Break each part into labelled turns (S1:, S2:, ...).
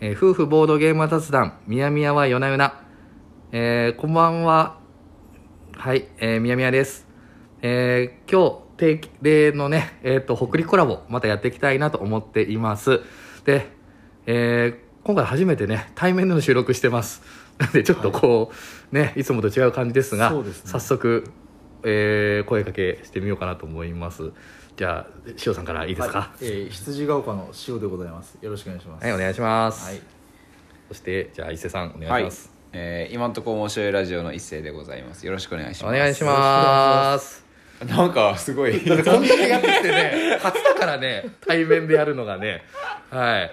S1: えー夫婦ボードゲーム雑談、みやみやはよなよな。えーこんばんは。はい、えーみやみやです。えー今日、定期例のね、えっ、と、北陸コラボ、またやっていきたいなと思っています。で、えー今回初めてね、対面での収録してます。 なんで、ちょっとこう、ね、いつもと違う感じですが、
S2: そうですね
S1: 早速、えー声かけしてみようかなと思います。じゃあ、塩さんからいいですか、
S2: はいえー羊ヶ丘の塩でございます。よろしくお願いします。
S1: はい、お願いします。
S2: はい
S1: そして、じゃあ、伊勢さん、お願いします。
S3: えー今んとこ面白いラジオの一斉でございますよろしくお願いします
S1: お願いします。
S3: すなんかすごい
S1: こんだけやってきてね、初だからね、対面でやるのがね。はい。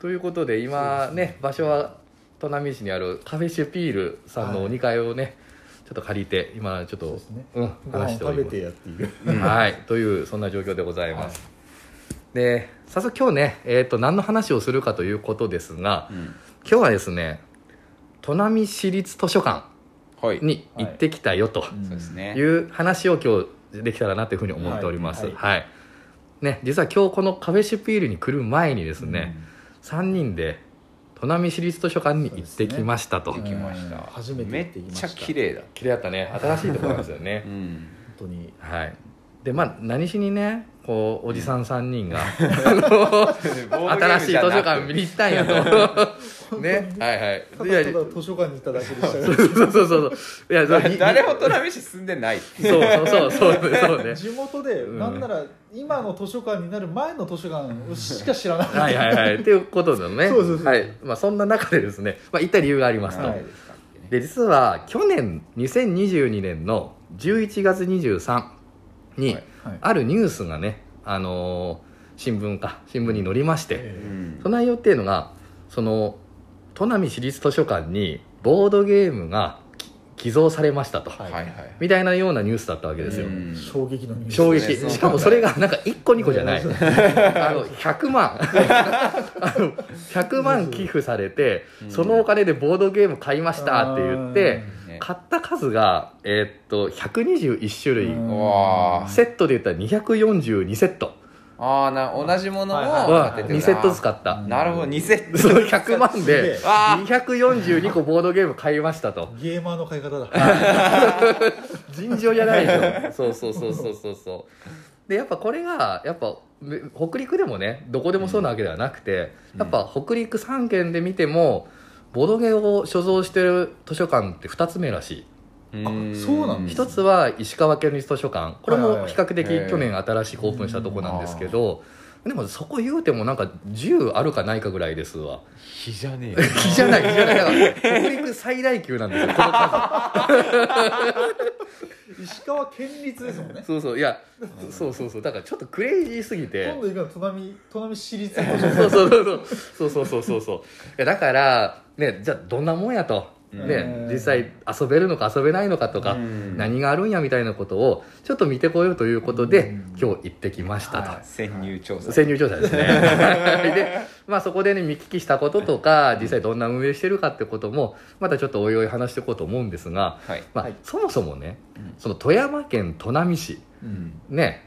S1: ということで、今ね、場所は、砺波市にあるカフェシュピールさんの
S2: はい
S1: 2階をね、ちょっと借りて、今ちょっ
S2: そう
S1: と
S2: ですね。
S1: うん、
S2: ご飯
S1: 話してお
S2: 食
S1: り
S2: べ
S1: ま
S2: て
S1: す。
S2: やっている。
S1: はい、という、そんな状況でございます。で、早速今日ね、えっ、と、何の話をするかということですが、
S3: うん
S1: 今日はですね、砺波市立図書館。
S3: はい
S1: に行ってきたよと
S2: うん
S3: そうです。ね
S1: いう話を今日できたらなというふうに思っております。は
S2: はいい。
S1: ね、実は今日このカフェシュピールに来る前にですね、3人で砺波市立図書館に行ってきましたと。
S2: そう
S3: 行
S2: です
S3: き
S2: ね
S3: ました
S2: うん初めて行ってきました
S3: めっちゃ綺麗だ
S1: 綺麗だったね。新しいところですよね
S3: う。ん
S2: 本当に。
S1: はい。で、まあ、何しにね、こう、おじさん3人が、新
S3: 新
S1: しい図書館見に行ったんやと。ね。はいはい。
S2: た
S1: いや
S2: だただ図書館に行っただけでした
S1: そ
S2: が
S1: うそうそうそう。いや、そうに
S3: 誰も砺波市住んでない
S1: そうそうそうそうそうね。
S2: 地元で、
S1: うん
S2: なんなら今の図書館になる前の図書館しか知らない。
S1: はいはいはい。っていうことだね。
S2: そうそうそう
S1: はい。まあそんな中でですね、まあ行った理由がありますと。
S2: はい
S1: で、実は去年、2022年の11月23に、
S3: はい
S2: はい
S1: あるニュースがね、あのー新聞か、新聞に載りまして、
S3: う
S2: え
S3: ん
S1: その内容っていうのが、その、砺波市立図書館にボードゲームがき寄贈されましたと。
S2: は
S3: はいはいはい
S1: みたいなようなニュースだったわけ
S2: ー
S1: ですよ。
S3: うん
S2: 衝撃のニュース。
S1: 衝
S3: そう
S1: 撃
S3: ですね
S1: しかもそれがなんか1個2個じゃないあの100万 あの100万寄付されて
S3: うん
S1: そのお金でボードゲーム買いましたって言って
S3: ね
S1: 買った数がえーっと121種類
S2: うん
S3: うわ
S1: セットで言ったら242セット
S3: ああな同じものを
S2: はいはい
S1: は
S2: あ出てる
S1: 2セットずつ買
S3: っ
S1: った
S3: なるほど2セット
S1: その100万です
S3: げえわあ
S1: 242個ボードゲーム買いましたと
S2: ゲーマーの買い方だ。
S1: 尋常じゃないでしょ そうそうそうそうそうそうでやっぱこれがやっぱめ北陸でもねどこでもそうなわけではなくて、
S3: うん
S1: やっぱ北陸3県で見てもボドゲを所蔵してる図書館って2つ目らし
S3: うん
S2: そうな
S1: い、
S2: んうん
S1: 一1つは石川県立図書館これ
S2: はいはい
S1: も
S2: はい
S1: 比較
S3: へ
S1: 的
S3: え
S1: 去年新しくオープンしたとこなんですけど、でもそこ言うてもなんか10あるかないかぐらいですわ
S3: 日じゃねえ
S1: 木じゃない木じゃないだから北陸最大級なんですよこの数
S2: 石川県立ですもんね。
S1: そうそういやそうそうそうだからちょっとクレイジーすぎて
S2: 今度行くのは砺波、砺波市立図書館。
S1: そうそうそうそうそうそうそうそういやだからねじゃあどんなもんやと、
S3: うん
S1: ね、実際遊べるのか遊べないのかとか、
S3: うん
S1: 何があるんやみたいなことをちょっと見てこようということで、
S2: うん
S1: 今日行ってきましたと。
S2: は
S3: 潜入調査
S1: 潜入調査ですねはいで、まあ、そこでね見聞きしたこととか実際どんな運営してるかってこともまたちょっとおいおい話していこうと思うんですが、
S3: はい
S1: まあ
S2: はい
S1: そもそもね、
S3: うん
S1: その富山県砺波市
S2: うん
S1: ね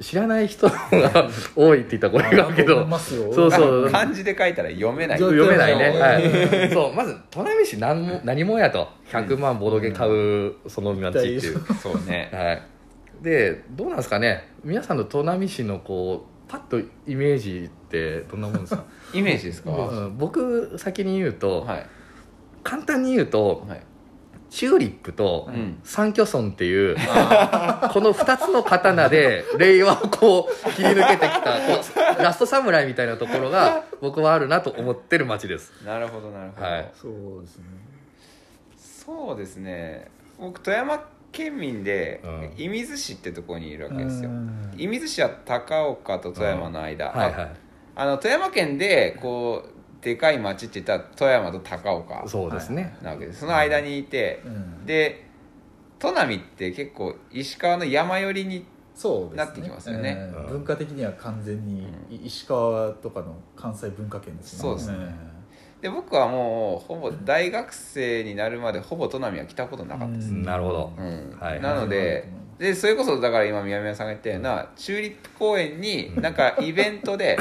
S1: 知らない人が 多いって言ったらこれがあ るけ
S2: 思
S1: ど
S2: いますよ
S1: そうそう
S3: 漢字で書いたら読めない
S2: じゃあ
S1: 読めないね、
S2: う
S1: はい、そうまず砺波市何も何もやと100万ボドゲ買うその町っていう、
S3: そうね
S1: はい、でどうなんですかね皆さんの砺波市のこうパッとイメージってどんなもんですか、
S3: イメージですか
S1: う
S3: は
S1: ん僕先に言うと、
S3: い
S1: 簡単に言うと
S3: はい
S1: チューリップと
S3: うん
S1: 三巨村っていう、この2つの刀 で令和をこう切り抜けてきたこうラストサムライみたいなところが僕はあるなと思ってる町です
S3: なるほどなるほど、
S1: はい
S2: そうですね
S3: そうですね僕富山県民で、
S1: うん
S3: 射水市ってとこにいるわけですよ
S2: うん
S3: 射水市は高岡と富山の間、
S1: はいはい
S3: ああの富山県でこうでかい町って言ったら富山と高岡
S1: そうですね、
S3: なわ けですその間にいて、
S2: うん
S3: で砺波って結構石川の山寄りに
S2: そうですね
S3: なってきますよね
S2: うん
S1: うん
S2: 文化的には完全に
S3: う
S2: 石川とかの関西文化圏です
S3: そう
S2: ね
S3: ですね
S2: ん
S3: で僕はもうほぼ大学生になるまでほぼ砺波は来たことなかったです、
S1: なるほど
S3: うん
S1: はい
S3: なのででそれこそだから今宮宮さんが言ったようなチューリップ公園になんかイベントで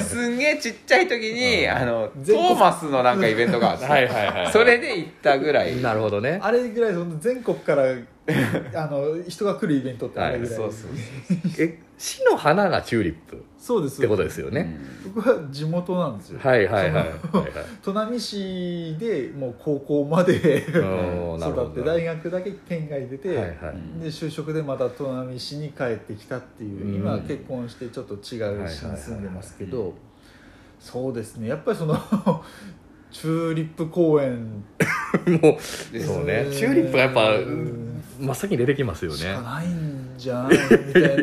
S3: すんげえちっちゃい時にあのト
S2: 全国
S3: ーマスのなんかイベントがあって
S4: はいはいはい
S3: それで行ったぐらい
S1: なるほどね
S2: あれぐらいですほんと全国からあの人が来るイベントってあれぐらい、
S3: そうそう
S1: え市の花がチューリップっ
S2: そうです
S1: てことですよ
S3: そう
S1: ね、
S2: 僕は地元なんですよ
S1: はいはいはいはい
S2: 砺波市でもう高校まで
S1: はいおーなるほど
S2: 育って大学だけ県外出て、
S1: はいはい
S3: うん
S2: で就職でまた砺波市に帰ってきたっていう、
S1: うん
S2: 今は結婚してちょっと違う市に住んでますけど、
S3: はいはいはいはい
S2: そうですねやっぱりその チューリップ公園
S1: もう
S3: です
S1: そうね
S2: うん
S1: チューリップがやっぱ
S2: うん
S1: 真っ先に出てきますよ
S2: し
S1: ね
S2: かないんじゃないみたい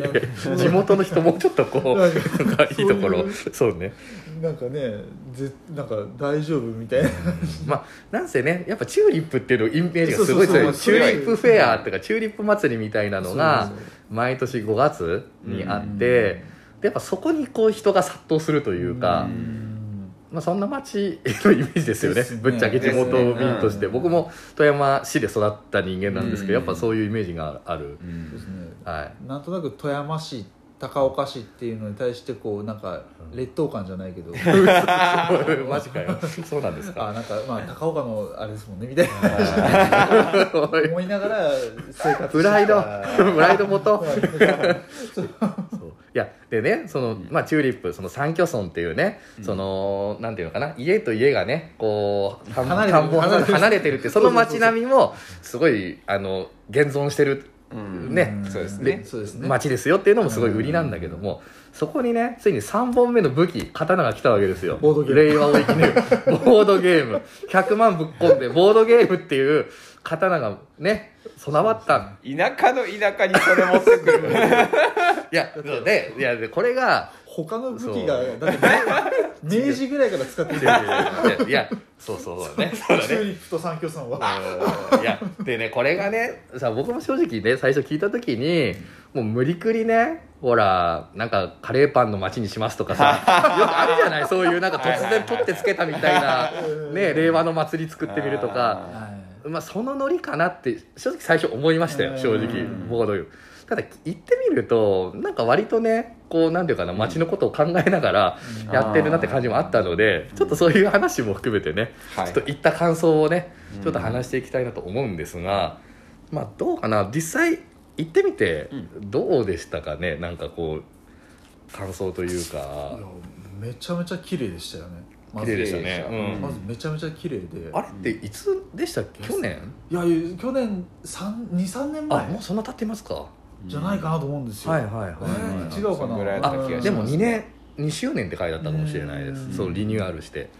S2: な
S1: 地元の人もうちょっとこ
S2: なん
S1: うなんかいいとこ
S2: そう
S1: ろ
S2: いう
S1: そうね
S2: なんかねぜなんか大丈夫みたいな
S1: まあなんせねやっぱチューリップっていうイメージがすごい
S2: そうそ
S1: 強いう
S2: うそ
S1: チューリップフェアっていうかチューリップ祭りみたいなのが
S2: そうそう
S1: 毎年5月にあってでやっぱそこにこう人が殺到するというか
S2: うん
S1: まあそんな街のイメージですよね
S2: ですね
S1: ぶっちゃけ地元民とし
S2: ですね
S1: て
S2: うん
S1: 僕も富山市で育った人間なんですけどや
S3: うん
S1: っぱそういうイメージがある
S3: う
S2: そうです
S3: ん
S2: ね
S1: はい
S2: なんとなく富山市高岡市っていうのに対してこうなんか劣等感じゃないけど
S1: マジかよそうなんですか
S2: あなんかまあ高岡のあれですもんねみたいな 思いながら生活してた
S1: プライドプライドもと
S2: そう
S1: そういやでねその、まあ、チューリップその三居村っていうね、そのなんていうのかな家と家がねこう田ん
S2: 離れてる
S1: 田んぼ離れて
S2: 離
S1: 離
S2: れ
S1: れ
S2: て
S1: て
S2: る
S1: るってその街並みもすごいあの現存してる
S3: うん
S1: ね
S2: ん
S3: そうです
S1: ね
S2: そうですね
S1: 街ですよっていうのもすごい売りなんだけども、そこにねついに3本目の武器刀が来たわけですよ
S2: ボードゲーム
S1: 令和を生き抜くボードゲーム100万ぶっ込んでボードゲームっていう刀がね備わった
S3: 田舎の田舎にそれ持ってくる
S1: いやでいやでこれ が
S2: 他の武器がだって明明治ぐらいから使ってる
S1: いやいやそうそうそうだねそうだ
S2: チュー
S1: ね
S2: リップと三居さんは
S1: うんいやでねこれがねさ僕も正直ね最初聞いた時にもう無理くりねほらなんかカレーパンの街にしますとか さよくあるじゃないそういうなんか突然取ってつけたみたいな
S2: うん
S1: ね令和の祭り作ってみるとか
S2: はい
S1: まあそのノリかなって正直最初思いました
S2: う
S1: よ
S2: ん
S1: 正直ボードゲームただ行ってみるとなんか割とねこうなんていうかな街のことを考えながら
S2: うん
S1: やってるなって感じもあったのでちょっとそういう話も含めてね
S3: はい
S1: ちょっと行った感想をね
S3: うん
S1: ちょっと話していきたいなと思うんですがまあどうかな実際行ってみてどうでしたかねなんかこう感想という
S2: い
S1: か
S2: やめちゃめちゃ綺麗でしたよねま
S1: 綺
S2: ず
S1: 麗でしたね
S3: うん
S1: う
S2: ま
S1: ん
S2: ずめちゃめちゃ綺麗で
S1: あれっていつでしたっけ去年
S2: いやいや去年23年
S1: あも
S2: 前
S1: うそんな経ってますか
S2: じゃないかなと思うんですよ、
S1: はい
S2: えー違うか
S3: そんぐらい
S2: な
S3: だった気がし
S1: あ
S3: ま
S1: で
S3: す
S1: も2年2周年って書いてあったかもしれないで
S2: うん
S1: すそうリニューアルして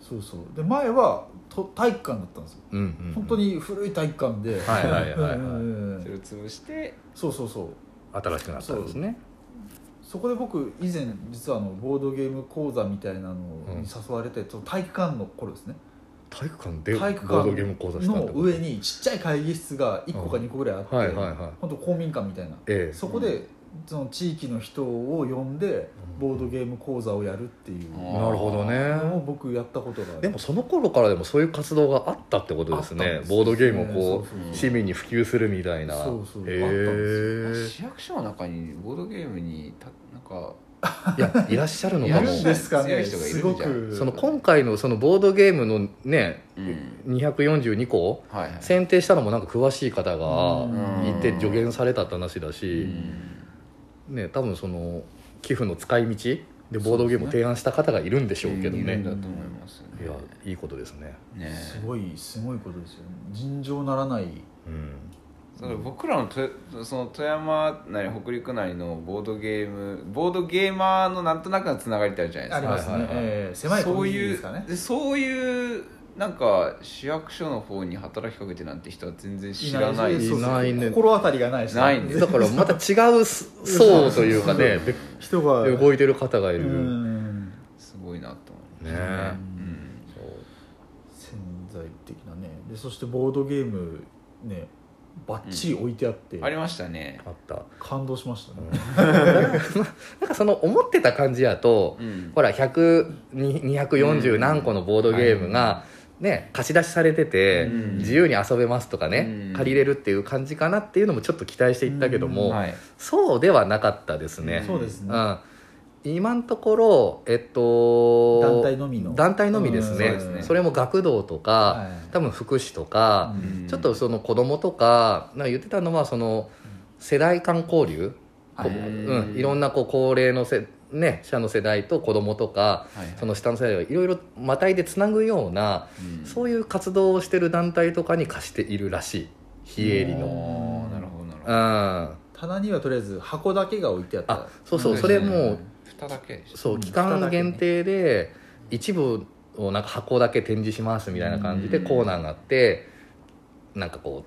S2: そうそうで前はと体育館だったんですよ、
S1: うんうんうん
S2: 本当に古い体育館で
S1: はいはいはいはい
S2: うん
S3: それを潰して
S2: そうそうそう
S1: 新しくなったんですね
S2: そこで僕以前実はあのボードゲーム講座みたいなの
S1: うん
S2: に誘われて、その体育館の頃ですね
S1: 体育館でボ
S2: 体育
S1: ードゲーム講座し
S2: 館
S1: たって
S2: の
S1: こと
S2: 上にちっちゃい会議室が1個か2個ぐらいあって、
S1: はいはいはい
S2: 本当公民館みたいな
S1: ええ
S2: そこでその地域の人を呼んでボードゲーム講座をやるっていう
S3: うん
S1: なるほど
S2: のを
S1: ね
S2: 僕やったことがある
S1: でもその頃からでもそういう活動があったってことです
S2: あったん
S1: ね
S2: です
S1: ボードゲームをこ
S2: そうそう
S3: そう
S1: う市民に普及するみたいな
S2: そうそう
S1: へ
S3: あ
S1: え
S3: 市役所の中にボードゲームにたなんか
S1: いやいらっしゃるの
S2: や
S1: か
S2: る
S1: も
S2: んですか
S3: 強
S2: ね
S3: い人がいるんじゃん
S2: すごく
S1: その今回のそのボードゲームのね
S3: うん
S1: 242個
S3: はいはい
S1: 選定したのもなんか詳しい方が
S3: うん
S1: いて助言されたって話だ
S3: う
S1: し、
S3: ん
S1: ね、多分その寄付の使い道でボードゲームを提案した方がいるんでしょうけど
S3: い
S1: ね
S3: るんだと思います
S1: いやいいことですね、
S3: ねね
S2: すごいすごいことですよ尋常ならない
S1: うん、
S3: その僕らのとその富山なり北陸なりのボードゲームボードゲーマーのなんとなくのつながりってあるじゃないで
S2: あ
S3: す
S2: りますね、
S3: か
S1: はいはいはい
S2: えー狭いコ
S3: そう
S2: ミュニティ
S3: い
S2: で
S3: う
S2: すかね
S3: でそういうなんか市役所の方に働きかけてなんて人は全然知らない
S1: です
S2: そうそう
S1: ないね
S2: 心当たりがないし
S3: ないんで
S1: だからまた違うす層というかねで
S2: 人が
S1: で動いてる方がいうる、
S2: ん
S3: すごいなと思
S1: ね
S3: いました
S1: え
S3: うん
S1: そう
S2: 潜在的なねでそしてボードゲームねバッチリ置いてあって、
S3: ありましたね
S1: あった
S2: 感動しましたね、
S1: なんかその思ってた感じやと、
S3: うん
S1: ほら100 240何個のボードゲームがね貸し出しされてて、
S3: うん
S1: 自由に遊べますとかね、
S3: うん
S1: 借りれるっていう感じかなっていうのもちょっと期待していったけども、
S2: うん
S3: はい
S1: そうではなかったですね、
S2: そうです
S1: う
S2: ね、
S1: ん、今のところえっと
S2: 団体のみの
S1: 団体のみですね,、
S2: うん
S1: そ
S3: そうですね
S1: れも学童とか、
S2: はい
S1: 多分福祉とか、
S2: うん
S1: ちょっとその子供とかなんか言ってたのはその世代間交流、こう
S2: はい
S1: うん、いろんなこう高齢のせ、ね、社の世代と子供とか
S3: はいはい
S1: その下の世代をいろいろまたいでつなぐような
S3: うん
S1: そういう活動をしてる団体とかに貸しているらしい非営利の。
S3: おーなるほどなるほ
S1: う
S3: ど
S1: ん、
S2: 棚にはとりあえず箱だけが置いてあった
S1: あそうそう
S3: なん
S1: そ
S3: か
S1: れ
S3: ね
S1: もう
S3: 蓋だけでした
S1: そう
S2: うん
S1: 期間限定で一部をなんか箱だけ展示しますみたいな感じで
S3: うん
S1: コーナーがあってなんかこ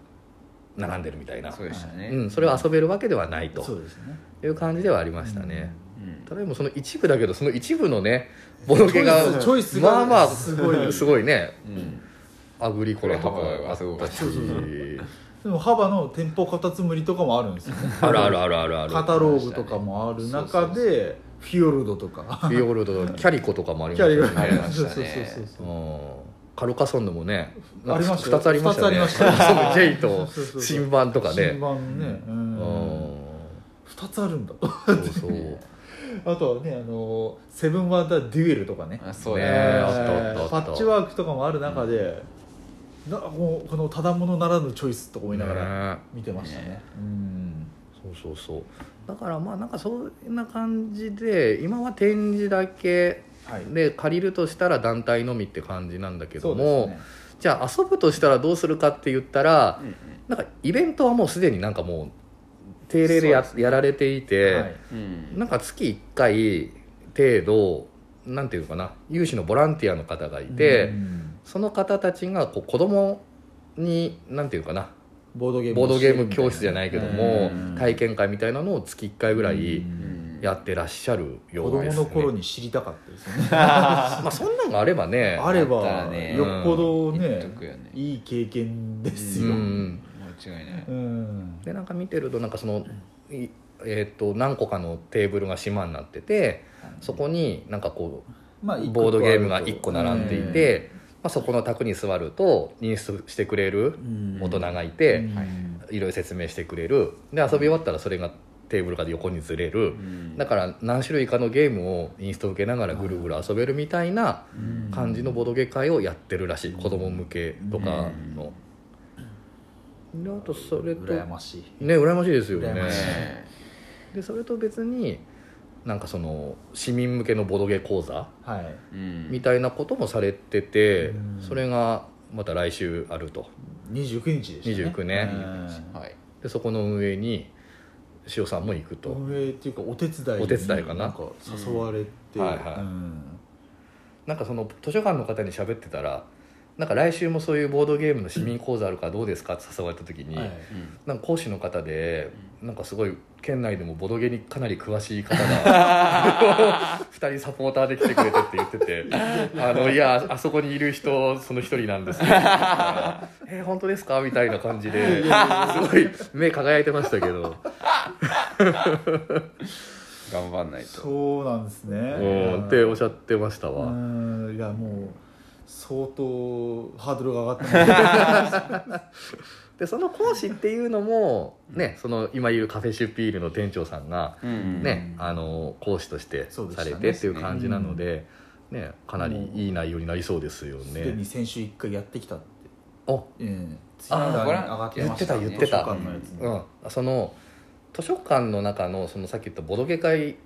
S1: う並んでるみたいな
S3: そうでしたね
S1: うん、それを遊べるわけではないと
S2: そうですね
S1: いう感じではありましたね、
S3: うん
S1: ただでもその一部だけどその一部のねボロゲが
S2: チョイスチョイスが
S1: まあまあ
S2: すごい
S1: すごいね
S3: うん
S1: アグリコラと
S3: これ幅
S1: かあ
S3: がすご
S1: っ
S3: か
S1: た
S3: っ
S1: し
S3: た
S2: でも幅の店舗カタツムリとかもあるんですよね
S1: あるあるあるあるある
S2: カタローグとかもある中
S3: そうそ
S2: でフィヨルドとか
S1: フィヨルドキャリコとかもあり
S2: キ
S1: ま
S2: ャリ
S1: し
S2: が
S1: た
S2: あ
S1: よ
S2: り
S1: ね
S2: ま
S3: し
S2: したた
S3: ね
S2: そうそうそうそう
S1: うんカルカソンヌもね
S2: ありましたよ
S1: 2つありましたね
S2: 二つありました
S1: カルカソンヌ J と
S2: そうそうそう
S1: 新版とかね
S2: 新版ねう
S1: うんん
S2: 2つあるんだ
S1: そうそう
S2: あとはねあのセブンワンダーデュエルとかね
S3: あそう
S1: ね
S3: ね
S1: え
S2: え
S1: あ
S2: ー
S1: ったあったあった
S2: パッチワークとかもある中で、なこうこのただものならぬチョイスとか思いながら
S1: ね
S2: 見てましたね
S3: ね
S2: うん
S1: そうそうそうだからまあなんかそんな感じで今は展示だけ
S2: はい
S1: で借りるとしたら団体のみって感じなんだけど
S2: そう
S1: も、
S2: ですね
S1: じゃあ遊ぶとしたらどうするかって言ったら
S3: うん
S1: なんかイベントはもうすでになんかもう定例でや
S3: そうです
S1: やられていて、
S2: はい
S3: うんうん
S1: なんか月1回程度なんていうのかな有志のボランティアの方がいて、
S2: うん
S1: その方たちがこう子供になんていうかな
S2: ボードゲーム
S1: ボードゲーム教室じゃないけども
S3: うん
S1: 体験会みたいなのを月1回ぐら
S2: う
S1: い
S2: ん
S1: やってらっしゃるよ
S2: 子
S1: うで
S2: 供
S1: す、ね、
S2: の頃に知りたかったですよね
S1: まあそんなのがあればね
S2: あれ
S3: あった
S2: ば
S3: らね
S2: よっぽど
S3: 言っと
S2: ね
S3: くよね
S2: いい経験です
S1: う
S2: よ、
S1: ん
S3: 間違いない
S2: うん
S1: でなんか見てるとなんかその、いえー、と何個かのテーブルが島になっててそこになんかこ
S2: まあ
S1: う
S2: 一個
S1: ボードゲームが1個並んでい
S2: ある
S1: て、まあ、そこの卓に座ると認出してくれる
S2: うん
S1: 大人がい
S2: と
S1: て
S2: うん
S3: はい
S1: いろいろ説明してくれるで遊び終わったらそれがテーブルから横にずれる
S3: うん
S1: だから何種類かのゲームをインスト受けながらぐるぐる遊べるみたいな
S3: うん
S1: 感じのボドゲ会をやってるらしい子供向けとかの。であとそれと
S2: 羨ましい
S1: ね羨ましいですよね
S2: 羨ましい
S3: ね
S1: でそれと別になんかその市民向けのボドゲ講座
S2: はい
S3: うん
S1: みたいなこともされてて、
S2: うん
S1: それがまた来週あると
S2: 29日でしたね
S1: 29ね
S2: うん
S3: はい
S1: でそこの運営に塩さんも行くと、
S2: 運営っていうかお手伝いに
S1: お手伝いかなん
S2: か誘われて、
S1: うんはいはい
S2: うん
S1: なんかその図書館の方に喋ってたらなんか来週もそういうボードゲームの市民講座あるからどうですかって誘われた時に、
S2: はい
S3: うん
S1: なんか講師の方でなんかすごい県内でもボドゲにかなり詳しい方 が2人サポーターで来てくれてって言ってて「あのいやあそこにいる人その一人なんですけど」えー本当ですか?」みたいな感じですごい目輝いてましたけど、
S3: 頑張んないと
S2: そうなんですね
S1: うん、っておっしゃってましたわ。
S2: うんいやもう相当ハードルが上がった
S1: でその講師っていうのも、ね、その今言うカフェシュピールの店長さんが、
S3: うん
S1: ねあの講師として
S2: そうでし
S1: さ
S2: たね
S1: れてっていう感じなので。ね、かなりいい内容になりそうですよ
S2: すでに
S1: ね。
S2: 先週1回やってきたって
S1: あ
S2: うんツイ
S1: あ
S2: ッ
S1: ー
S2: ターに
S3: ご
S2: 上
S3: らん
S2: がってました、
S1: 言ってた
S2: 図書館のやつ
S1: う
S2: ね
S1: ん、その図書館の中のそのさっき言ったボドゲ会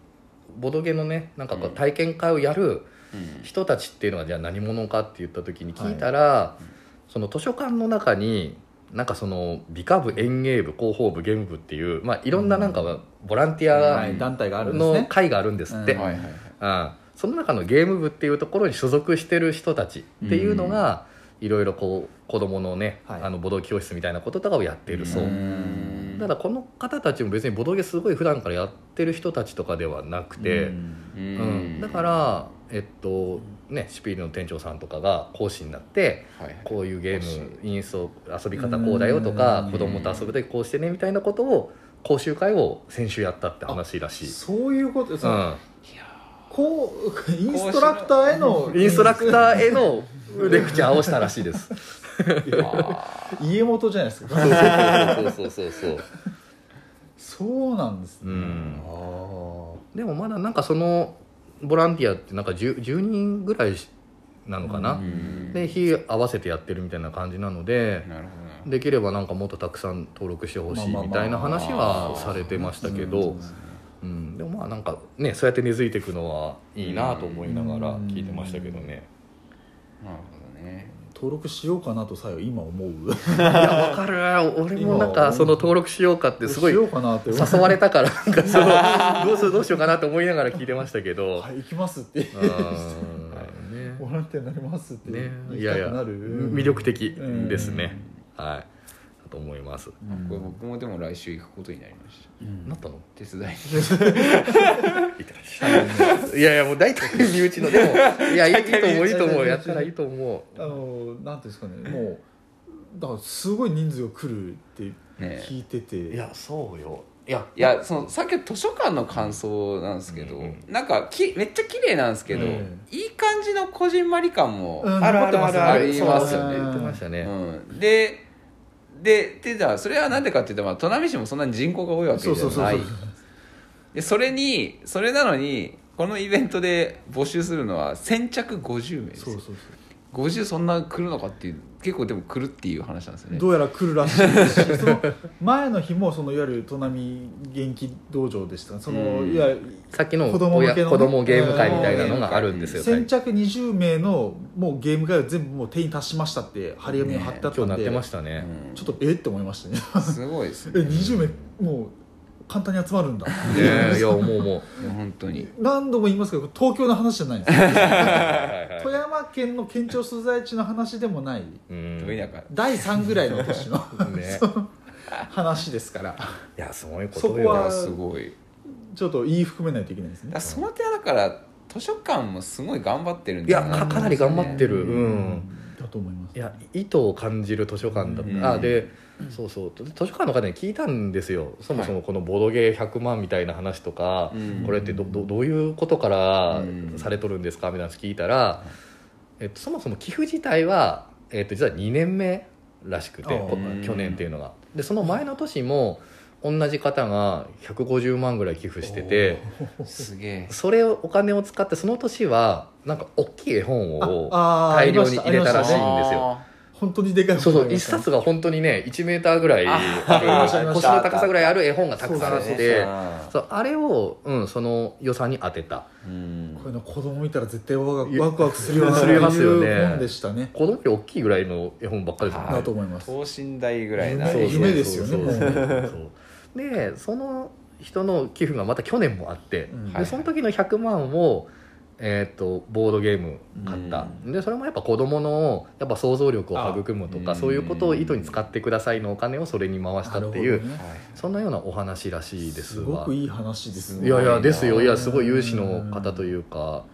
S1: ボドゲのねなんかこう
S3: うん
S1: 体験会をやる
S3: うん
S1: 人たちっていうのはじゃあ何者かって言った時に聞いたら、その図書館の中になんかその美化部園芸部広報部ゲーム部っていう、まあ、いろんななんかボランテ
S2: は
S1: ィ
S2: い、団体があ
S1: ア
S2: るんです
S1: の
S2: ね
S1: 会があるんですって、
S2: うん
S3: はいはいはい
S1: うん、その中のゲーム部っていうところに所属してる人たちっていうのが、いろいろこう子供のね、
S2: はい
S1: あのボドゲ教室みたいなこととかをやってるそう、
S3: うん
S1: ただこの方たちも別にボドゲすごい普段からやってる人たちとかではなくて、
S2: うん
S1: うん
S3: うん
S1: だから、えっとね、シピールの店長さんとかが講師になって
S3: はいはい
S1: こういうゲーム
S3: 講
S1: インスト遊び方こうだよとか、
S2: うん
S1: 子供と遊ぶ時こうしてねみたいなことを講習会を先週やったって話らしい。
S2: そういうこと
S1: う
S2: その
S1: ん、
S3: いや
S2: こうインストラクターへの
S1: インストラクターへのレクチャーをしたらしいです。
S2: 家元じゃないです
S1: そ
S2: か
S1: うそうそうそうそう。
S2: そうなんですね、
S1: うん
S2: ああ
S1: でもまだなんかそのボランティアってなんか 10, 10人ぐらいなのかな、
S3: ん
S1: で日合わせてやってるみたいな感じなので、
S3: なるほどな
S1: できればなんかもっとたくさん登録してほしい
S2: まあまあまあ
S1: みたいな話はされてましたけど、うん、でもまあなんかねそうやって根付いていくのはいいなと思いながら聞いてましたけどね、
S3: なるほどね
S2: 登録しようかなとさえ今思う
S1: いやわかる俺もなんかその登録しようかってすごい
S2: しようかなって思う
S1: 誘われたからなんかそのどうしようどうしようかなと思いながら聞いてましたけど、
S2: はい行きますって
S1: うーんね
S2: ボランティアになりますって、
S1: ね、
S2: 行
S1: い
S2: き
S1: やい
S2: た
S1: や
S2: くなる
S1: 魅力的ですね、はいだと思います、
S3: これ僕もでも来週行くことになりました
S1: なったの
S3: 手伝いに
S1: いやいやもう大体身内のでもいやいいと思ういいと思
S2: 身内
S1: うやったらいいと思
S2: あのなんていうんですかねもうだからすごい人数が来るって
S3: ね
S2: 聞いてて、
S1: ういやそうよいや
S3: いやそのさっきの図書館の感想なんですけど、
S1: うんうん
S3: なんかきめっちゃ綺麗なんですけど、
S2: うん
S3: いい感じのこじんまり感も、
S2: うん
S1: あるあるあるある
S3: ありますよね
S1: そう言ってました
S3: う
S1: ね、
S3: ん、でででだそれはなんでかって言ったらまあ砺波市もそんなに人口が多いわけじ
S2: そう
S3: ゃ
S2: そうそう
S3: な
S2: そ
S3: いうでそれにそれなのにこのイベントで募集するのは先着50名です
S2: そう
S3: よ
S2: そうそう
S3: 50そんな来るのかっていう結構でも来るっていう話なんですよね
S2: どうやら来るらしいですしそ の前の日もそのいわゆる砺波元気道場でしたねその、
S3: うん
S2: いわゆる
S1: さっきの
S2: 子供向けのね
S1: 親子供ゲーム会みたいなのがあるんですよ
S2: 先着20名のもうゲーム会を全部もう定員達しましたって張り紙が貼って
S1: 今
S2: あっ
S1: 日
S2: たん
S1: なっ
S2: で、
S1: てましたね、
S2: ちょっとえって思いましたね
S3: うんすごいです
S2: え
S3: ね
S2: 20名もう簡単に集まるんだ
S1: ねえいやもうも
S3: いや本当に
S2: 何度も言いますけど東京の話じゃないんです よ
S1: う
S2: 富山県の県庁所在地の話でもない
S1: うん
S3: どいなか
S2: 第3ぐらいの年の
S1: ね
S2: 話ですから
S1: いやそういうこと
S2: そこ
S1: よ
S2: は
S3: あすごい
S2: ちょっと言い含めないといけないです
S3: だ
S2: ね
S3: からその点はだから図書館もすごい頑張ってるん
S1: い
S3: だ
S1: や
S3: な
S1: かかなり頑張ってる
S3: ね
S1: うん
S2: だと思います
S1: いや意図を感じる図書館だった、
S3: うん
S1: あでそうそう図書館の方に聞いたんですよそもそもこのボドゲー100万みたいな話とか、
S3: うん
S1: これってどどどういうことから
S3: うん
S1: されとるんですかみたいな話聞いたら、えっと、そもそも寄付自体は、えっと、実は2年目らしくて
S2: あー
S1: こ
S3: うん
S1: 去年っていうのがでその前の年も同じ方が150万ぐらい寄付してて
S3: すげえ
S1: それをお金を使ってその年はなんか大きい絵本を
S2: ああー
S1: 大量に入れたらしい
S2: あり
S1: ん
S2: まし
S1: ですよ
S3: あ
S2: た本当にでかい本
S1: そうそう
S2: があり
S1: 一
S2: ましたね
S1: 冊が本当にね1メーターぐらいあ
S3: ありましたあり
S1: る
S3: まし
S1: 腰
S3: た
S1: の高さぐらいある絵本がたくさんあっ
S2: そう
S3: ー
S1: て
S3: あ
S1: そうあれを、うん、その予算に当てた
S3: ーうん
S2: こういうの子供いたら絶対ワクワクワクするような
S1: するますよね
S2: そういう本でしたね
S1: 子供より大きいぐらいの絵本ばっかりですもんね
S2: だと思います
S3: 等身大ぐらいな
S1: そうそうそう
S2: 夢ですよね
S1: そうそう
S2: も
S1: そうでその人の寄付がまた去年もあって、
S2: うん
S1: でその時の100万を、えー、とボードゲーム買った、でそれもやっぱ子供のやっぱ想像力を育むとか
S3: あ
S1: そういうことを意図に使ってくださいのお金をそれに回したってい
S2: な
S1: う、
S2: るほどね
S3: はい
S1: そんなようなお話らしいですす
S2: ご
S1: わ
S2: くいい話ですね
S1: いやい
S3: すごい
S1: や
S3: な
S1: ですよいやすごい有志の方というか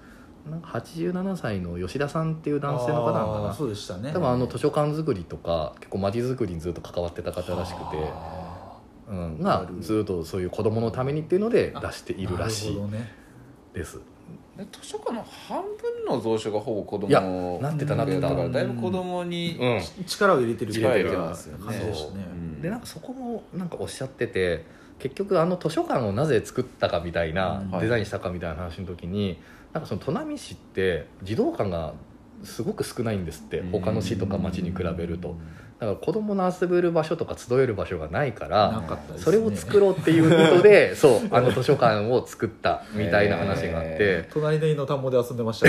S1: なんか87歳の吉田さんっていう男性の方なの
S2: あー
S1: か
S2: そうでしたね
S1: な多分あの図書館作りとか結構街づくりにずっと関わってた方らしくて、
S2: あ
S1: うん、がずっとそういう子供のためにっていうので出して
S2: ー
S1: いるらし
S2: ないほどね
S1: です
S3: で図書館の半分の蔵書がほぼ子供
S1: いやなってたなってた
S3: だからだいぶ子供に、
S1: うん
S2: ち力を入れてる
S1: 力入れて
S3: ますよね
S2: 感じでしたね
S3: うん
S1: でなんかそこもなんかおっしゃってて結局あの図書館をなぜ作ったかみたいな、
S2: うん
S3: はい
S1: デザインしたかみたいな話の時になんかその砺波市って児童館がすごく少ないんですって
S3: うん
S1: 他の市とか町に比べるとだから子供の遊べる場所とか集える場所がないか
S2: な
S1: ら
S2: かったですね
S1: それを作ろうっていうこと でそうあの図書館を作ったみたいな話があっ
S3: へ
S1: て。
S2: 隣の家の田んぼで遊んで ました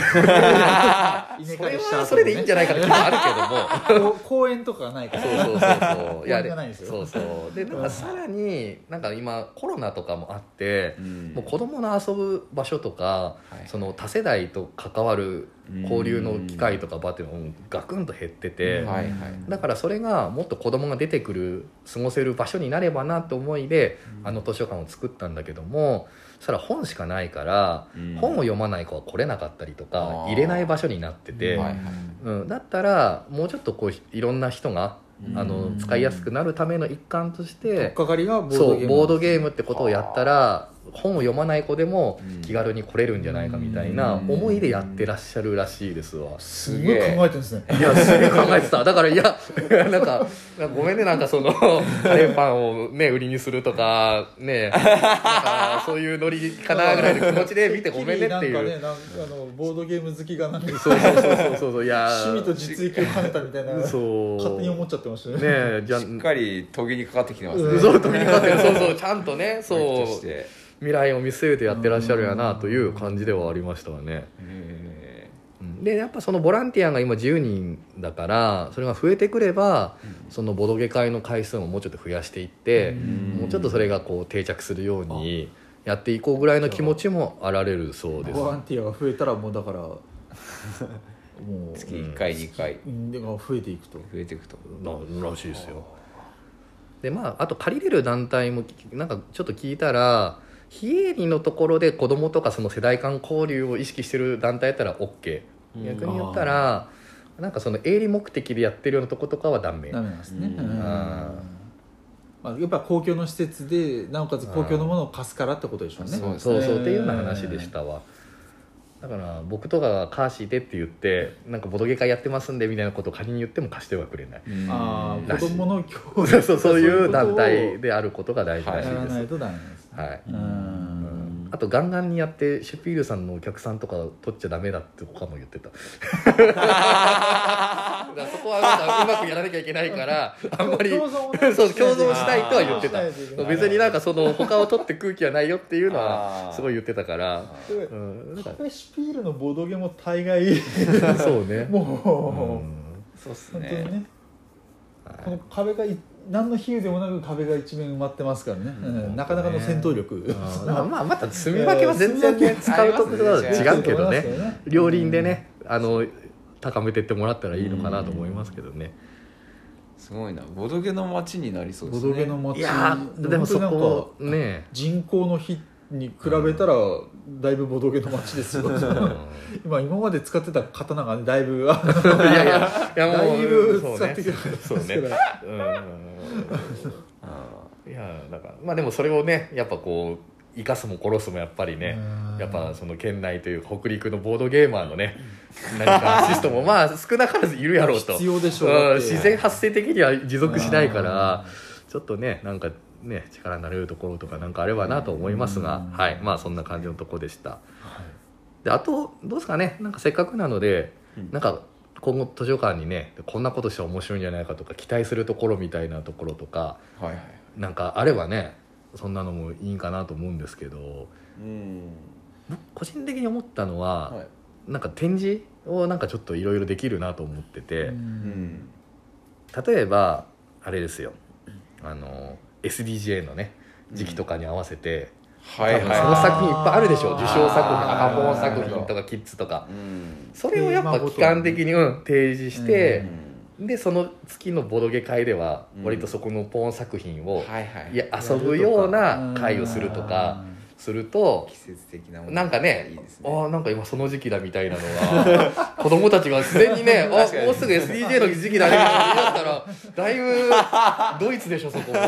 S2: 稲
S1: そ
S2: 刈
S1: れ
S2: りした後
S1: はそれでいいんじゃないかっていうのもあるけども
S2: こう公園とかがないから
S1: そうそうそう そう
S2: 終わりがないですよ
S1: そうそうでなんかさらになんか今コロナとかもあって、もう子供の遊ぶ場所とか、
S3: はい
S1: その多世代と関わる交流の機会とか場っていうのもガクンと減ってて、
S2: うん
S3: はいはい
S1: だからそれがもっと子供が出てくる過ごせる場所になればなと思いで、あの図書館を作ったんだけどもそしたら本しかないから、
S3: うん
S1: 本を読まない子は来れなかったりとか
S3: あー
S1: 入れない場所になってて。
S3: はい
S1: うん、だったらもうちょっとこうひいろんな人が、
S3: うん
S1: あの使いやすくなるための一環とし
S2: 取ってかかりがボード
S1: そ
S2: ゲー
S1: う
S2: ム
S1: ボードゲームってことをやったら本を読まない子でも
S3: うん
S1: 気軽に来れるんじゃないかみたいな
S3: うん
S1: 思いでやってらっしゃるらしいですわ
S2: すごい考えてるんですね
S1: いやすげえ考えてただからいや なんかなんかごめんねなんかそのカレーパンをね売りにするとかねなんかそういうノリかなぐらいの気持ちで見てごめんねってい
S2: なんか
S1: う
S2: ねなんかあのボードゲーム好きがなんか
S1: そうそうそうそうそうそういや
S2: 趣味と実益を兼ねたみたいな勝
S1: そう
S2: 手に思っちゃってましたね
S1: ねえじゃあ
S3: しっかり研ぎにかかってきてますね
S1: そう時にかかってるそうそうちゃんとね
S3: 教育
S1: そう
S3: として
S1: 未来を見据えてやってらっしゃるやなという感じではありましたわね、
S3: え
S1: でやっぱそのボランティアが今10人だからそれが増えてくれば、そのボドゲ会の回数ももうちょっと増やしていって、
S3: ん
S1: もうちょっとそれがこう定着するようにやっていこうぐらいの気持ちもあられるそうです
S2: ボランティアが増えたらもうだからもう
S3: 月1回2回
S2: うんでも増えていくと
S3: 増えていくと
S1: ならしいですよでまああと借りれる団体もきなんかちょっと聞いたら非営利のところで子供とかその世代間交流を意識してる団体やったら OK
S3: うん
S1: 逆に言ったらなんかその営利目的でやってるようなとことかはダメ
S2: ダメなんですね
S3: う
S2: うんんまあやっぱ公共の施設でなおかつ公共のものを貸すからってことでしょうね
S3: そうです
S1: そうそう
S2: ね
S1: っていうような話でしたわだから僕とかがカーシーでって言ってなんかボドゲ会やってますんでみたいなことを仮に言っても貸してはくれない
S2: ああ
S1: ら
S2: 子
S1: しい
S2: 供の教
S1: そう
S2: 育
S1: そうそういう団体
S2: で
S1: であることが大事らしい
S2: やら
S1: です
S2: ないとダメなんですね
S1: はい
S2: うん
S1: あとガンガンにやってシュピールさんのお客さんとか取っちゃダメだって他も言 ってただからそこはなんかうまくやらなきゃいけないからあんまり
S2: 共存をね
S1: そう共存したいとは言って
S2: しないといけな
S1: た
S2: い
S1: 別になんかその他を取って空気はないよっていうのは
S3: あー
S1: すごい言ってたから、
S2: で
S1: うん、なん
S2: カ
S1: か
S2: フェシュピールのボードゲームも大概
S1: そう ね
S2: もう
S3: そうっす
S2: 本当に
S3: ね
S2: ねこの壁がい何の比喩でもなく壁が一面埋まってますからね、うんなかなかの戦闘力
S1: うんまあまあまた積み分けは全然ね
S2: うん
S1: 使うとことは違うけど
S2: 違うと思いますよ
S1: ね
S2: ね
S1: 両輪でねあの高めてってもらったらいいのかなと思いますけどね、
S3: すごいなボドゲの街になりそうで
S2: ボ
S3: す
S2: ドゲ
S3: ね
S2: の街
S1: いやーでもそこ
S2: 本当になんか
S1: ね
S2: 人口の比に比べたらだいぶボドゲの街ですよ 今今まで使ってた刀がねだいぶ
S1: いやいやいやもう
S2: だいぶ
S1: そうね
S2: 使ってきたんです
S1: そ
S2: け
S1: う
S2: ど
S1: ねうんいやなんかまあでもそれをねやっぱこう生かすも殺すもやっぱりね
S2: うん
S1: やっぱその県内という北陸のボードゲーマーのね何かアシストもまあ少なからずいるやろうと
S2: 必要でしょうだっ
S1: うん
S2: て
S1: 自然発生的には持続しないからちょっとねなんかね力になれるところとかなんかあればなと思いますが
S2: うん
S1: はいまあそんな感じのとこでしたであとどうですかねなんかせっかくなので
S3: うん
S1: なんか今後図書館にねこんなことしたら面白いんじゃないかとか期待するところみたいなところとか
S3: はいはい
S1: なんかあればねそんなのもいいんかなと思うんですけど
S3: うん
S1: 僕個人的に思ったのは、
S3: はい
S1: なんか展示をなんかちょっといろいろできるなと思ってて、
S3: うん
S1: 例えばあれですよあの SDGA のね時期とかに合わせて、
S3: はい
S1: 多
S3: は
S1: 分
S3: い
S1: その作品いっぱいあるでしょ
S2: あー
S1: 受賞作品
S3: あー
S1: 赤本作品とかキッズとか
S3: うん
S1: それをやっぱ期間的に、うん、提示し
S3: う
S1: て、
S3: ん
S1: でその月のボドゲ会では
S3: うん
S1: 割とそこのポーン作品を、
S3: はいはい
S1: いや遊ぶような会をするとかすると
S3: 季節的なもの
S1: なんかね
S3: いいです
S1: あ
S3: ね
S1: ーなんか今その時期だみたいなのは子供たちが 自然にね あ
S3: 確かに
S1: もうすぐ SDJ の時期だねって言ったらだいぶ ドイツでしょそこも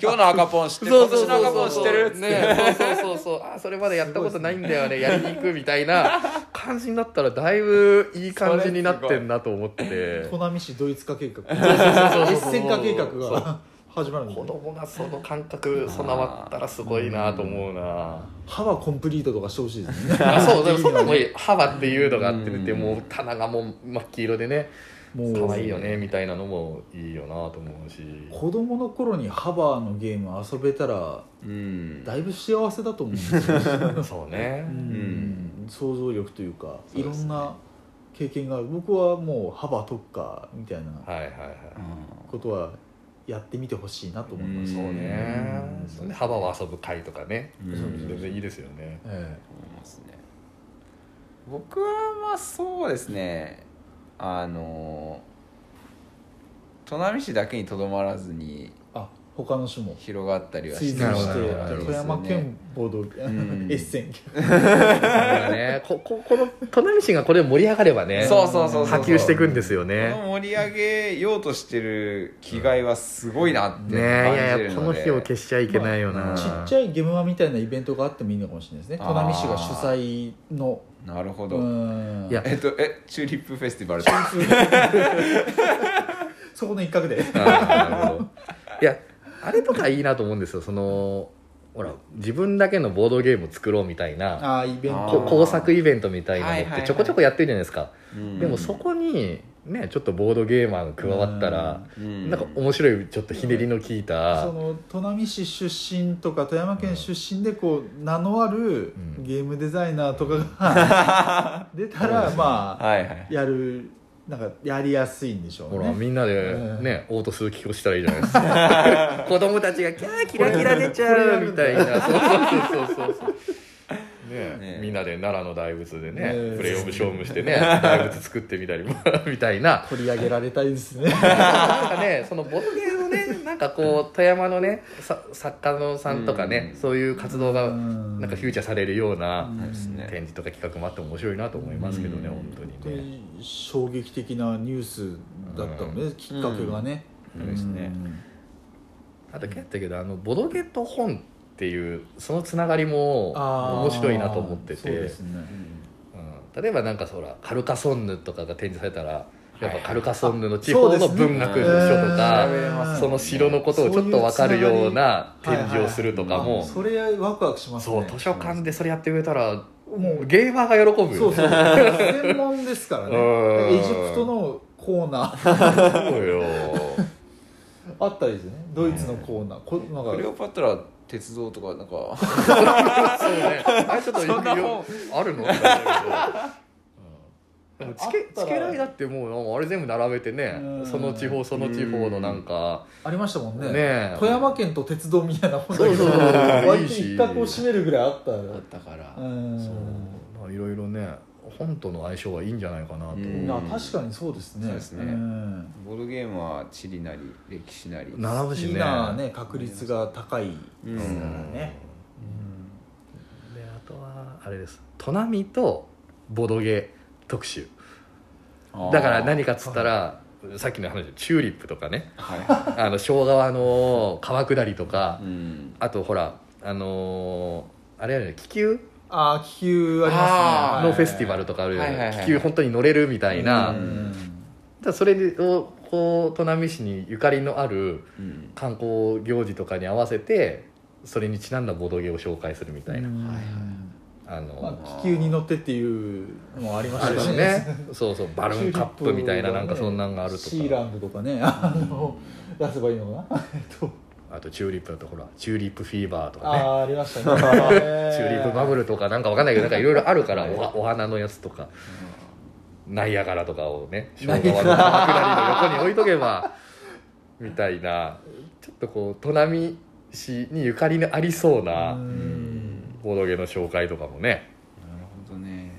S3: 今日の赤ポン知ってる今年の赤ポン知ってる
S1: ねそうそうそうそうあーそれまでやったことないんだよねやりに行くみたいな 感じになったらだいぶいい感じになってんなと思ってて
S2: 砺波市ドイツ化 計画
S1: そうそう
S2: 一線化計画が始まるん
S1: 子
S2: で
S1: 供がその感覚備わったらすごいなと思うな
S2: 歯はコンプリートとかしてほしいですね
S1: あそうでもそんな のもいい幅っていうのがあってて、
S3: うん
S1: もう棚がもう真っ黄色でね
S2: も う
S1: 可愛いよねみたいなのもいいよなと思 うし
S2: 子供の頃にハバーのゲーム遊べたら
S3: うん
S2: だいぶ幸せだと思うんです よ、
S1: そうね
S2: う
S3: うん
S2: ん、想像力というか
S3: そう
S2: い
S3: で
S2: ろ
S3: すね
S2: んな経験がある僕はもうハバー特化みたいな
S1: はいはいはい、
S2: ことはやってみてほしいなと思います、
S3: うん
S1: そうね
S2: うん
S1: そんで幅を遊ぶ会とかね、
S3: うん
S1: 全然いいですよね
S2: え
S3: 思いますね僕はまあそうですねあの砺波市だけにとどまらず
S2: え
S3: に
S2: あ他の種も
S3: 広がったりは
S2: 追随
S1: なるほ
S2: し
S1: ど
S2: て
S1: なるほど
S2: 富山県ボードゲ
S3: ん
S2: エッセン
S1: ね、こ ここの砺波市がこれ盛り上がればね
S3: そうそうそうそう
S1: 波及していくんですよ
S3: こ
S1: ね
S3: の盛り上げようとしてる気概はすごいなって感じ
S1: ね
S3: るの
S1: い
S3: で、
S1: やいやこの火を消しちゃいけないよな、
S3: まあ
S2: ちっちゃいゲームマみたいなイベントがあってもいいのかもしれないですね
S3: あー
S2: 砺波市が主催の
S3: なるほ
S2: う
S3: ど、
S2: ーん
S1: い や
S3: えっとえチューリップフェスティバルとか
S2: そこの一角で
S1: いやあれとかいいなと思うんですよそのほら自分だけのボードゲームを作ろうみたいな
S2: ああイベン
S3: あ
S1: こ
S3: ー
S2: ト
S1: 工作イベントみたいな
S3: はい
S1: のっ
S3: はいは
S1: て
S3: い
S1: ちょこちょこやってるじゃないですか、
S3: うん
S1: でもそこにねちょっとボードゲーマーが加わったら、
S3: うん
S1: なんか面白いちょっとひねりの効いた、
S2: その砺波市出身とか富山県出身でこう名のあ
S1: う
S2: る
S1: ん
S2: ゲームデザイナーとかが 出たらま
S3: はいはい
S2: あやるなんかやりやすいんでしょう
S1: ほら
S2: ね
S1: みんなで
S2: うん
S1: ね、オート鈴木をしたらいいじゃないですか 子供たちがキャーキラキラ出ちゃうみたい なそうそうそうそうそうね
S3: ね
S1: みんなで奈良の大仏でね
S2: ね
S1: プレイオブ勝負してね大仏作ってみたりも みたいな
S2: 取り上げられたいですね
S1: なんかねそのボドゲーのねなんかこう富山のねさ作家のさんとかね
S3: うん
S1: そういう活動が
S2: うん
S1: なんかフューチャーされるような
S2: うん
S3: そうですね
S1: 展示とか企画もあっても面白いなと思いますけどね
S3: うん
S1: 本当
S2: 本当
S1: にね
S2: に衝撃的なニュースだったので、きっかけがね、
S3: うんそうですね
S1: あと結構やったけどあのボドゲと本っていうそのつながりも
S2: あー
S1: 面白いなと思って
S2: そうで
S1: て
S2: すね
S1: うん例えばなんかそらカルカソンヌとかが展示されたらやっ
S3: はい
S1: ぱカルカソンヌの地方の文学書と
S2: そうですね
S1: か
S2: えー
S1: その城のことをちょっと分かるような
S2: そういうつながり
S1: 展示をするとか
S2: あ
S1: も
S2: それワクワクします
S1: そ
S2: ね
S1: う図書館でそれやってくれたら
S2: もう
S1: ゲーマーが喜ぶ
S2: そう
S1: よ
S2: そう専門ですからね
S1: うん
S2: エジプトのコーナー
S1: そうよ
S2: あったりですねドイツのコーナーこなんか
S3: クレオパトラ鉄道とかなんか
S1: そうねあれちょっと
S3: そんな本
S1: あるのってなるけどでもチ
S2: あ
S1: ケ
S2: った
S1: チ
S2: ら
S1: ケライだってもうなんかあれ全部並べてね
S2: うん
S1: その地方その地方のなんか
S2: ありましたもんね
S1: ねえ
S2: 富山県と鉄道みたいな本当に
S1: そうそうそう
S2: 割と一角を占めるぐらいあった
S3: あったから
S2: うん
S1: そうまあいろいろね本との相性はいいんじゃないかなと
S3: うん
S2: な確かにそうですね
S3: そうですね
S2: ん
S3: ボードゲームは地理なり歴史なり
S1: 並ぶし
S2: いい
S1: ね
S2: なね確率が高いですからね、
S1: であとはあれです砺波とボドゲ特集だから何かっつったらさっきの話チューリップとかね
S3: はいは
S1: あの昭和の川下りとか
S3: い、うん
S1: あとほらあのーあれあるよね気球
S2: ああ気球ありますね
S3: あー
S2: はい
S1: のフェスティバルとかあるよね、
S3: はいはいはい
S1: 気球本当に乗れるみたいな、
S3: うん
S1: ただそれをこう砺波市にゆかりのある
S3: うん
S1: 観光行事とかに合わせてそれにちなんだボードゲームを紹介するみたいな、
S2: うん
S3: はいはい
S1: あの、
S2: まあ、気球に乗ってっていうのもありまし
S1: ある
S2: た
S1: し
S2: し
S1: ね
S2: ね
S1: そうそうバルーンカップみたいななんかそんなんがあると
S2: シー
S1: か
S2: ランドとかねあの出せばいいのか なえっと
S1: あとチューリップだとほらチューリップフィーバーと
S2: あ
S1: かね
S2: あありました ね
S1: チューリップバブルとかなんかわかんないけどなんかいろいろあるからおはお花のやつとかナイアガラとかをね昭和の川下りの横に置いとけばみたいなちょっとこう砺波市にゆかりのありそう
S2: う
S1: なんボードゲームの紹介とかもね
S3: なるほどね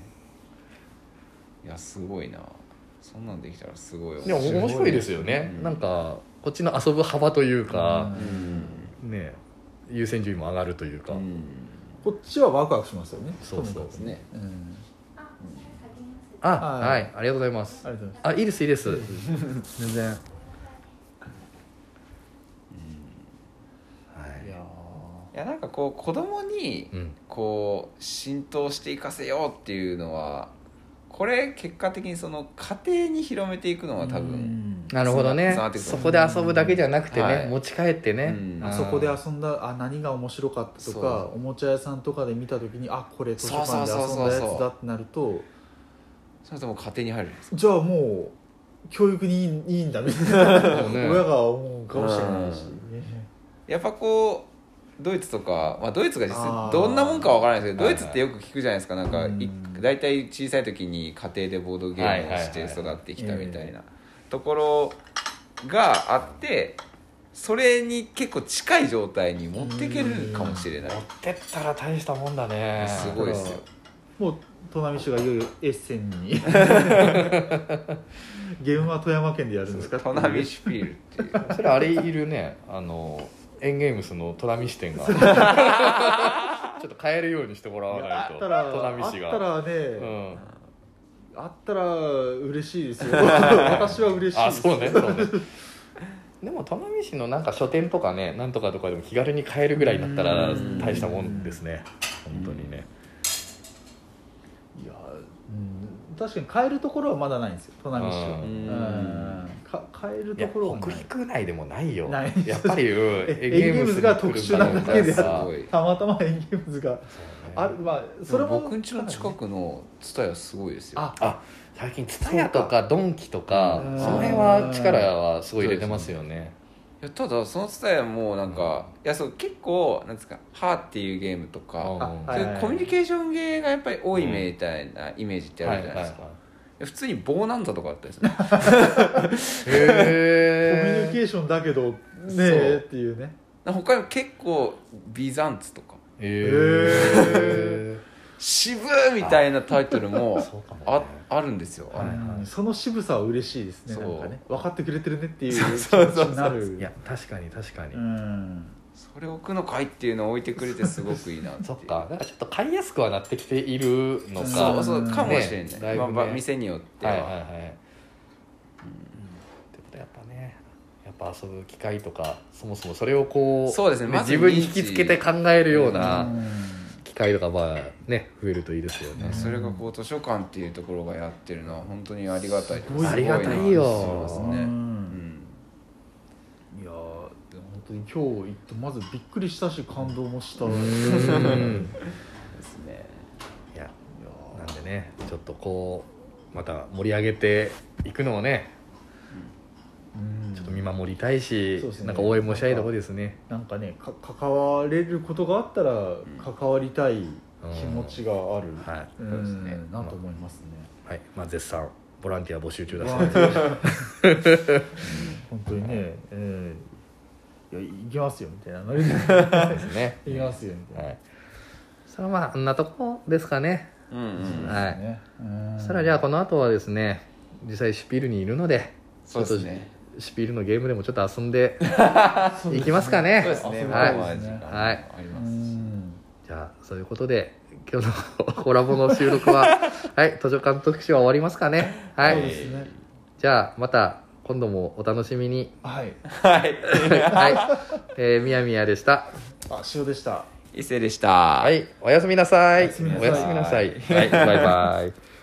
S3: いやすごいなそんなんできたらすごい
S1: でも面白いですよね
S3: うん
S1: なんかこっちの遊ぶ幅というか
S3: うん
S1: ね優先順位も上がるというか、
S3: うん
S2: こっちはワクワクしますよね
S1: そうそう
S2: とにかく
S3: ね
S2: うん
S1: あ
S2: はい
S1: はいありがとうございます
S2: ありがとうございま
S1: あいいですいいです
S2: す全然
S1: はい
S2: いや
S3: いやなんかこう子供に
S1: うん
S3: こう浸透していかせようっていうのはこれ結果的にその家庭に広めていくのは多分
S1: なるほどね
S3: つながってくる
S1: そこで遊ぶだけじゃなくてね、
S3: はい
S1: 持ち帰ってね、
S3: うん
S2: あそこで遊んだあ何が面白かったとか
S3: そ
S2: おもちゃ屋さんとかで見た時にあこれ図書館で遊
S3: そうそ
S2: ん
S3: う
S2: だ
S3: そうそう
S2: やつだってなると
S3: それとも家庭に入るんです
S2: じゃあもう教育にいいいいんだみたいな、
S1: そうね
S2: 親が思うかもしれないし、
S3: やっぱこうドイツとか、まあ、ドイツが実
S2: あ
S3: 際
S2: ー
S3: どんなもんかわからないですけど
S1: は
S3: ド
S1: いは
S3: イ
S1: い
S3: ツってよく聞くじゃないですかなんか
S2: うん
S3: い大体小さい時に家庭でボードゲームをして
S1: はいはい
S3: 育
S1: はい
S3: ってきたみたいなところがあってそれに結構近い状態に持っていけるかもしれない
S1: 持ってったら大したもんだね
S3: すごいですよ
S2: もう砺波市がいよいよエッセ ンにゲームは富山県でやるんですか
S3: トナミシュピールっていう
S1: それあれいるねあのエンゲームスのトラミ支店 がちょっと変えるようにしてもらわない
S2: あ
S1: と
S2: ったら
S1: トラミ
S2: あっ
S1: 氏が
S2: たらね、
S1: うん、
S2: あったら嬉しい ですよ私は嬉しいです
S1: あそうねそうねでも砺波市のなんか書店とかねなんとかとかでも気軽に買えるぐらいだったら
S2: うん
S1: 大したもんですね本当にね
S2: いや、うん、確かに買えるところはまだないんですよ砺波市は
S1: うん
S2: うんか買える
S1: いや
S2: ところは
S1: 北
S2: ない
S1: 陸内でもないよ
S2: ない
S1: やっぱりうん
S2: え
S1: エンゲ
S2: エンゲ
S1: ー
S2: ー
S1: ム
S2: ム
S1: ズ
S2: ズ
S1: に
S2: が
S1: 来る
S2: 特殊なだけで
S1: 可能性
S3: あ
S1: が
S3: っすごい
S2: たまたまエンゲームズがあるまあそれも
S3: 僕ん家の近くの蔦屋すごいですよ
S2: あ
S1: あ最近ツタヤとかドンキとか
S2: うん
S1: その辺は力はすごい入れてますよね
S3: いやただその伝えもなんか、いやそう結構なんですか「は」っていうゲームと
S1: うん
S3: か、
S2: あ
S1: は
S2: はいい
S3: そういうコミュニケーションゲーがやっぱり多いみたいなイメージってあるじゃないですか、普通に「ボーナンザ」とかあったですね
S2: コミュニ
S1: へ
S2: ケーションだけどね
S3: そう
S2: えっていうね
S3: 他にも結構「ビザンツ」とか
S1: えへえ
S3: 「渋」みたいなタイトル も
S1: そうかもね
S3: ああるんですよ、あれ
S1: はいはい
S2: うんその渋さは嬉しいですね
S3: そう
S2: なんかね分かってくれてるねっていう気
S3: そうそうそう
S2: 持ちになる
S1: いや確かに確かに
S2: うん
S3: それ置くのかいっていうのを置いてくれてすごくいいなっていう
S1: そっかなんかちょっと買いやすくはなってきているのか
S3: そうそうかもしれない、
S1: ねだいぶ
S3: ま
S1: ね
S3: あまあ、店によっては、
S1: はいはいはい、ってことはやっぱねやっぱ遊ぶ機会とかそもそもそれをこう
S3: そうですねまず
S1: 自分に引きつけて考えるよう
S2: う
S1: なん機会とかまあね増えるといいですよね
S3: ね、それがこう図書館っていうところがやってるのは本当にありがたい
S2: すごい
S3: な
S2: あり
S1: がたいよ
S3: そうですね、
S2: う
S3: うんん
S2: いやー本当に今日行ってまずびっくりしたし感動もした
S1: うん
S3: ですね
S1: いやなんでねちょっとこうまた盛り上げていくのをねちょっと見守りたいし、
S2: そうですね
S1: なんか応援もしたいとこですね
S2: なんかねか関われることがあったら関わりたい気持ちがある、
S1: はい
S2: うん
S1: そうですね
S2: なんと思いますね、
S1: はい、まあ、絶賛ボランティア募集中だそう
S2: ま
S1: で
S2: あ
S1: す
S2: 本当にね、えー、いや行きますよみたいな ノリで
S1: ですね
S2: 行きますよみたい
S1: はいそれはまああんなとこですかね
S3: うんうん
S2: な、
S1: はい
S2: ですねうん
S1: そしたらじゃあこの後はですね実際シュピールにいるので
S3: そうですね
S1: ちょっとシュピールのゲームでもちょっと遊んで いきますかね
S3: そうですね
S1: はい
S3: まあまあ時間も
S1: はい
S3: あり
S2: う
S3: ますし
S2: ん
S1: じゃあそういうことで今日のコラボの収 録ははい図書館特集は終わりますかねは
S2: そう
S1: い
S2: ですね
S1: じゃあまた今度もお楽しみに
S2: はい
S3: はい
S1: はい、えー、みやみやでした
S2: あ塩でした
S3: 伊勢でした
S1: はいおやすみなさい
S2: おやすみなさ
S1: お
S2: い
S1: やすみなさいはいバイバイ